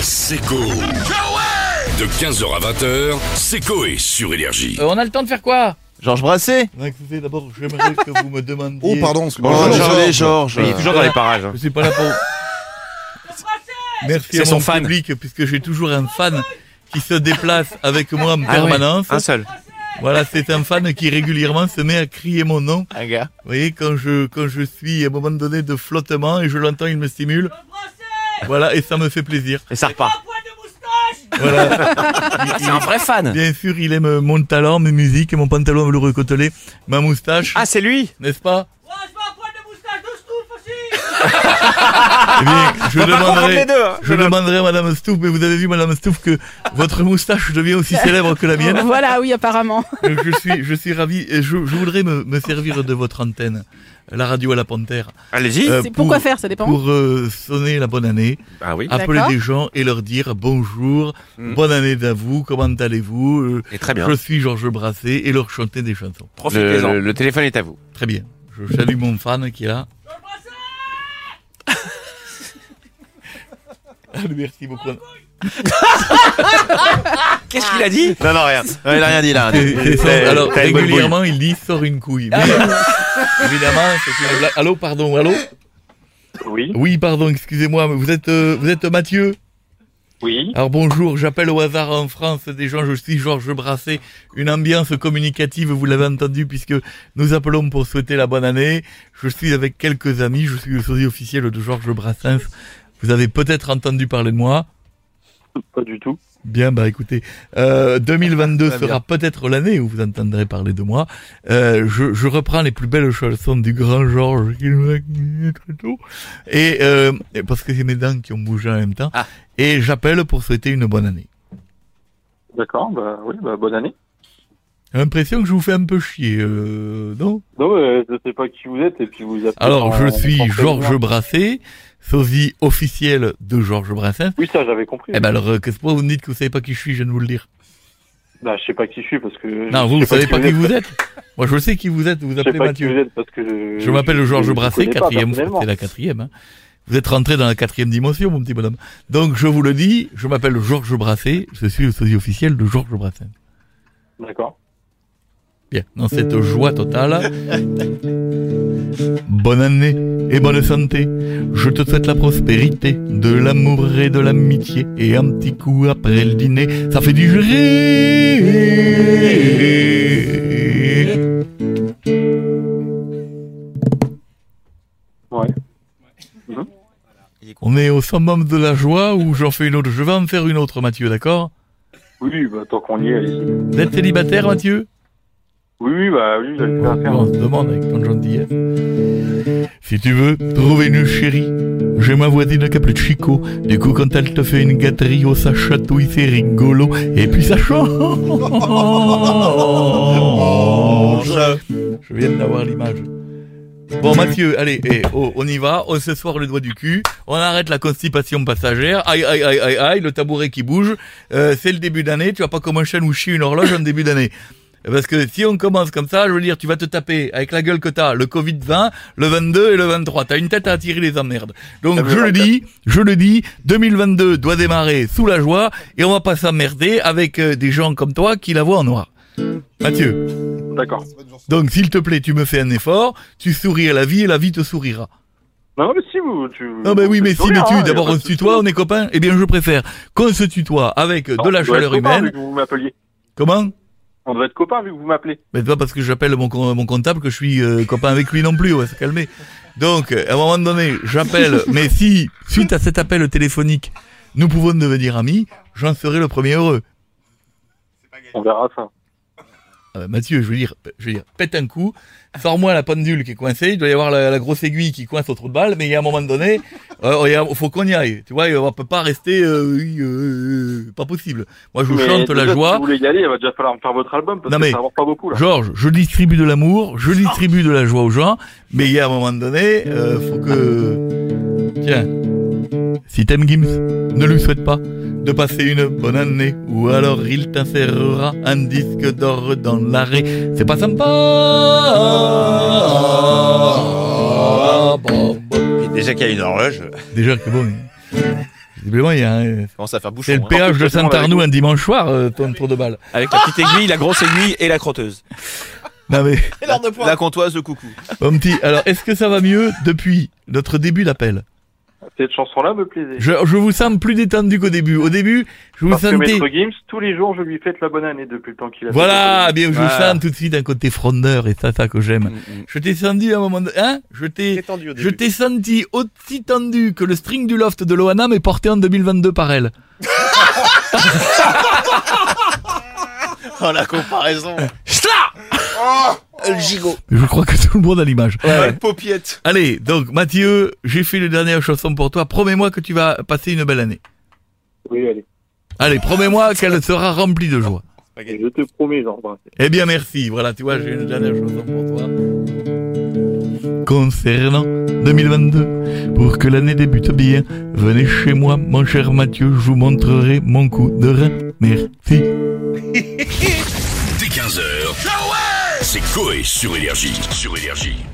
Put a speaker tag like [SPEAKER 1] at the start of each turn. [SPEAKER 1] C'est Coé. De 15h à 20h, c'est Coé sur Énergie.
[SPEAKER 2] Euh, on a le temps de faire quoi
[SPEAKER 3] Georges Brassé
[SPEAKER 4] Non, écoutez, d'abord, j'aimerais que vous me demandiez.
[SPEAKER 5] Oh pardon,
[SPEAKER 3] Bonjour Georges. Georges.
[SPEAKER 6] Il est toujours dans les parages.
[SPEAKER 4] Je suis pas là pour. Merci
[SPEAKER 6] C'est
[SPEAKER 4] à
[SPEAKER 6] son
[SPEAKER 4] mon
[SPEAKER 6] fan.
[SPEAKER 4] public, puisque j'ai toujours un fan qui se déplace avec moi
[SPEAKER 6] Ah
[SPEAKER 4] en permanence.
[SPEAKER 6] Un seul.
[SPEAKER 4] Voilà, c'est un fan qui régulièrement se met à crier mon nom.
[SPEAKER 3] Un gars.
[SPEAKER 4] Vous voyez, quand je, quand je suis à un moment donné de flottement et je l'entends, il me stimule. Voilà, et ça me fait plaisir.
[SPEAKER 6] Et ça repart.
[SPEAKER 4] Voilà.
[SPEAKER 6] Ah, C'est un vrai fan.
[SPEAKER 4] Bien sûr, il aime mon talent, mes musiques, mon pantalon velours côtelé, ma moustache,
[SPEAKER 6] Ah, c'est lui
[SPEAKER 4] n'est-ce pas
[SPEAKER 7] Bonjour
[SPEAKER 6] Ah.
[SPEAKER 4] Eh bien, je
[SPEAKER 6] comprendre les
[SPEAKER 4] demanderai,
[SPEAKER 6] deux, hein.
[SPEAKER 4] je demanderai à Madame Stouff, mais vous avez vu Madame Stouff que votre moustache devient aussi célèbre que la mienne.
[SPEAKER 8] Voilà, oui, apparemment.
[SPEAKER 4] Donc, je suis, je suis ravi. Et je, je voudrais me, me servir de votre antenne, la radio à la panthère,
[SPEAKER 6] Allez-y.
[SPEAKER 4] Euh,
[SPEAKER 8] c'est
[SPEAKER 4] pour-
[SPEAKER 8] pourquoi faire, ça dépend.
[SPEAKER 4] pour euh, sonner la bonne année,
[SPEAKER 6] Ah oui.
[SPEAKER 4] appeler
[SPEAKER 8] D'accord.
[SPEAKER 4] des gens et leur dire bonjour,
[SPEAKER 6] Mm.
[SPEAKER 4] bonne année à vous, comment allez-vous, euh,
[SPEAKER 6] Et très bien.
[SPEAKER 4] je suis Georges Brassé et leur chanter des chansons.
[SPEAKER 6] Le, Profitez-en.
[SPEAKER 3] le- le téléphone est à vous.
[SPEAKER 4] Très bien. Je salue mon fan qui est là. Ah, Merci beaucoup.
[SPEAKER 6] Qu'est-ce qu'il a dit
[SPEAKER 3] Non, non, rien. il a rien dit là.
[SPEAKER 4] Et- et sort-
[SPEAKER 6] t'as
[SPEAKER 4] alors,
[SPEAKER 6] une bonne
[SPEAKER 4] régulièrement, il dit sort une couille. Mais, évidemment, c'est une blague. Allô, pardon, allô
[SPEAKER 9] Oui,
[SPEAKER 4] Oui, pardon, excusez-moi, mais vous êtes, euh, vous êtes Mathieu
[SPEAKER 9] oui.
[SPEAKER 4] Alors bonjour, j'appelle au hasard en France des gens, je suis Georges Brassé, une ambiance communicative, vous l'avez entendu, puisque nous appelons pour souhaiter la bonne année. Je suis avec quelques amis, je suis le sosie officiel de Georges Brassens. Vous avez peut-être entendu parler de moi.
[SPEAKER 9] Pas du tout.
[SPEAKER 4] Bien, bah écoutez, euh, 2022
[SPEAKER 3] Très bien.
[SPEAKER 4] sera peut-être l'année où vous entendrez parler de moi. Euh, je, je reprends les plus belles chansons du grand Georges qui nous a quittés très tôt, et euh, et parce que c'est mes dents qui ont bougé en même temps.
[SPEAKER 6] Ah.
[SPEAKER 4] Et j'appelle pour souhaiter une bonne année.
[SPEAKER 9] D'accord, bah oui, bah bonne année.
[SPEAKER 4] J'ai l'impression que je vous fais un peu chier, euh, non
[SPEAKER 9] Non, euh, je sais pas qui vous êtes et puis vous appelez.
[SPEAKER 4] Alors,
[SPEAKER 9] en-
[SPEAKER 4] je
[SPEAKER 9] en
[SPEAKER 4] suis
[SPEAKER 9] français.
[SPEAKER 4] Georges Brassé, sosie officiel de Georges Brassens.
[SPEAKER 9] Oui, ça j'avais compris.
[SPEAKER 4] Eh ben alors, euh, qu'est-ce que vous me dites que vous savez pas qui je suis Je viens de vous le dire.
[SPEAKER 9] Bah, je sais pas qui je suis parce que.
[SPEAKER 4] Non, vous,
[SPEAKER 9] je
[SPEAKER 4] vous savez pas qui
[SPEAKER 9] êtes.
[SPEAKER 4] vous êtes Moi, je sais qui vous êtes. Vous vous
[SPEAKER 9] Je sais
[SPEAKER 4] appelez
[SPEAKER 9] pas qui
[SPEAKER 4] Mathieu.
[SPEAKER 9] vous êtes parce que je.
[SPEAKER 4] Je m'appelle
[SPEAKER 9] je
[SPEAKER 4] Georges
[SPEAKER 9] vous
[SPEAKER 4] Brassé,
[SPEAKER 9] connais pas
[SPEAKER 4] quatrième, fois,
[SPEAKER 9] personnellement.
[SPEAKER 4] c'est la quatrième. hein. Vous êtes rentré dans la quatrième dimension, mon petit bonhomme. Donc, je vous le dis, je m'appelle Georges Brassé, je suis le sosie officiel de Georges Brassens.
[SPEAKER 9] D'accord.
[SPEAKER 4] Bien, dans cette joie totale. Bonne année et bonne santé. Je te souhaite la prospérité, de l'amour et de l'amitié. Et un petit coup après le dîner, ça fait du rire.
[SPEAKER 9] Ouais.
[SPEAKER 4] On est au summum de la joie ou j'en fais une autre Je vais en faire une autre, Mathieu, d'accord
[SPEAKER 9] Oui, bah tant qu'on y est, allez-y.
[SPEAKER 4] Vous êtes célibataire, Mathieu
[SPEAKER 9] Oui, oui, bah oui, j'allais pas faire.
[SPEAKER 4] On se demande avec tant de gentillesse. Si tu veux trouver une chérie, j'ai ma voisine qui appelle Chico. Du coup, quand elle te fait une gâterie, oh, ça chatouille, c'est rigolo. Et puis ça change. Je viens d'avoir l'image. Bon, Mathieu, allez, eh, oh, on y va. On se soir le doigt du cul. On arrête la constipation passagère. Aïe, aïe, aïe, aïe, aïe, le tabouret qui bouge. Euh, c'est le début d'année. Tu vas pas comme un chien ou chier une horloge en début d'année. Parce que si on commence comme ça, je veux dire, tu vas te taper avec la gueule que t'as, le Covid-20, le 22 et le 23. T'as une tête à attirer les emmerdes. Donc je le dis, je le dis, 2022 doit démarrer sous la joie et on va pas s'emmerder avec euh, des gens comme toi qui la voient en noir. Mathieu,
[SPEAKER 9] D'accord.
[SPEAKER 4] donc s'il te plaît, tu me fais un effort, tu souris à la vie et la vie te sourira.
[SPEAKER 9] Non, mais si vous. Tu...
[SPEAKER 4] Non mais Ah, bah oui, mais si, mais
[SPEAKER 9] Sourire,
[SPEAKER 4] tu,
[SPEAKER 9] hein, y
[SPEAKER 4] d'abord
[SPEAKER 9] a pas
[SPEAKER 4] on
[SPEAKER 9] de
[SPEAKER 4] se tutoie, on est copains. Eh bien je préfère qu'on se tutoie avec
[SPEAKER 9] souci.
[SPEAKER 4] de la
[SPEAKER 9] On doit
[SPEAKER 4] chaleur
[SPEAKER 9] être copains,
[SPEAKER 4] humaine.
[SPEAKER 9] vu que vous m'appeliez.
[SPEAKER 4] Comment
[SPEAKER 9] On devait être copains vu que vous m'appelez.
[SPEAKER 4] Mais c'est pas parce que j'appelle mon, com- mon comptable que je suis euh, copain avec lui non plus, on va se calmer. Donc, euh, à un moment donné, j'appelle, mais si, suite à cet appel téléphonique, nous pouvons devenir amis, j'en serai le premier heureux.
[SPEAKER 9] On verra ça.
[SPEAKER 4] Ah bah, Mathieu, je veux dire, je veux dire, pète un coup, sors-moi la pendule qui est coincée, il doit y avoir la, la grosse aiguille qui coince au trou de balle, mais il y a un moment donné, euh, il y a- faut qu'on y aille, tu vois, on peut pas rester, euh, oui, euh, pas possible. Moi, je vous
[SPEAKER 9] Mais
[SPEAKER 4] chante la
[SPEAKER 9] déjà, Si
[SPEAKER 4] joie,
[SPEAKER 9] vous voulez y aller, il va déjà falloir me faire votre album parce
[SPEAKER 4] Non,
[SPEAKER 9] que
[SPEAKER 4] mais-
[SPEAKER 9] ça avance pas beaucoup là.
[SPEAKER 4] Georges, je distribue de l'amour, je distribue de la joie aux gens, mais il y a un moment donné, euh, faut que... Tiens, si t'aimes Gims, ne lui souhaite pas de passer une bonne année, ou alors il t'insérera un disque d'or dans l'arrêt. C'est pas sympa Bon, bon.
[SPEAKER 6] Déjà qu'il y a une horloge.
[SPEAKER 4] Déjà que bon... mais- Visiblement, il y a un-
[SPEAKER 3] Commence à faire
[SPEAKER 4] C'est
[SPEAKER 3] bouchon.
[SPEAKER 4] le péage de Saint-Arnoux un dimanche soir, euh, ton tour de balle.
[SPEAKER 6] hein. Avec la petite aiguille, la grosse aiguille et la crotteuse.
[SPEAKER 4] Non mais,
[SPEAKER 3] hein. La comptoise de coucou.
[SPEAKER 4] mon petit, alors est-ce que ça va mieux depuis notre début d'appel
[SPEAKER 9] Cette chanson-là me plaisait.
[SPEAKER 4] je, je vous sens plus détendu qu'au début. Au début, je vous
[SPEAKER 9] Parce que
[SPEAKER 4] sentais...
[SPEAKER 9] Maître Gims, tous les jours, je lui fête la bonne année depuis le temps qu'il a
[SPEAKER 4] Voilà, eh bien, je vous
[SPEAKER 3] Voilà.
[SPEAKER 4] sens tout de suite un côté frondeur et ça, ça que j'aime. Je t'ai senti à un moment... De... Hein Je t'ai...
[SPEAKER 3] tendu au
[SPEAKER 4] Je t'ai senti aussi tendu que le string du loft de Loana mais porté en 2022 par elle.
[SPEAKER 3] Oh, la comparaison.
[SPEAKER 6] Oh
[SPEAKER 4] Je crois que tout le monde a l'image.
[SPEAKER 3] Pas de paupiette.
[SPEAKER 4] Allez, donc Mathieu, j'ai fait les dernières chansons pour toi. Promets-moi que tu vas passer une belle année.
[SPEAKER 9] fait. Oui, allez.
[SPEAKER 4] Allez, promets-moi qu'elle sera remplie de joie.
[SPEAKER 9] Je te promets, j'en embrasse.
[SPEAKER 4] Eh bien, merci. Voilà, tu vois, j'ai une dernière chanson pour toi. Concernant 2022, pour que l'année débute bien, venez chez moi, mon cher Mathieu, je vous montrerai mon coup de rein. Merci.
[SPEAKER 1] Dès 15h, c'est Coé sur Énergie. Sur Énergie.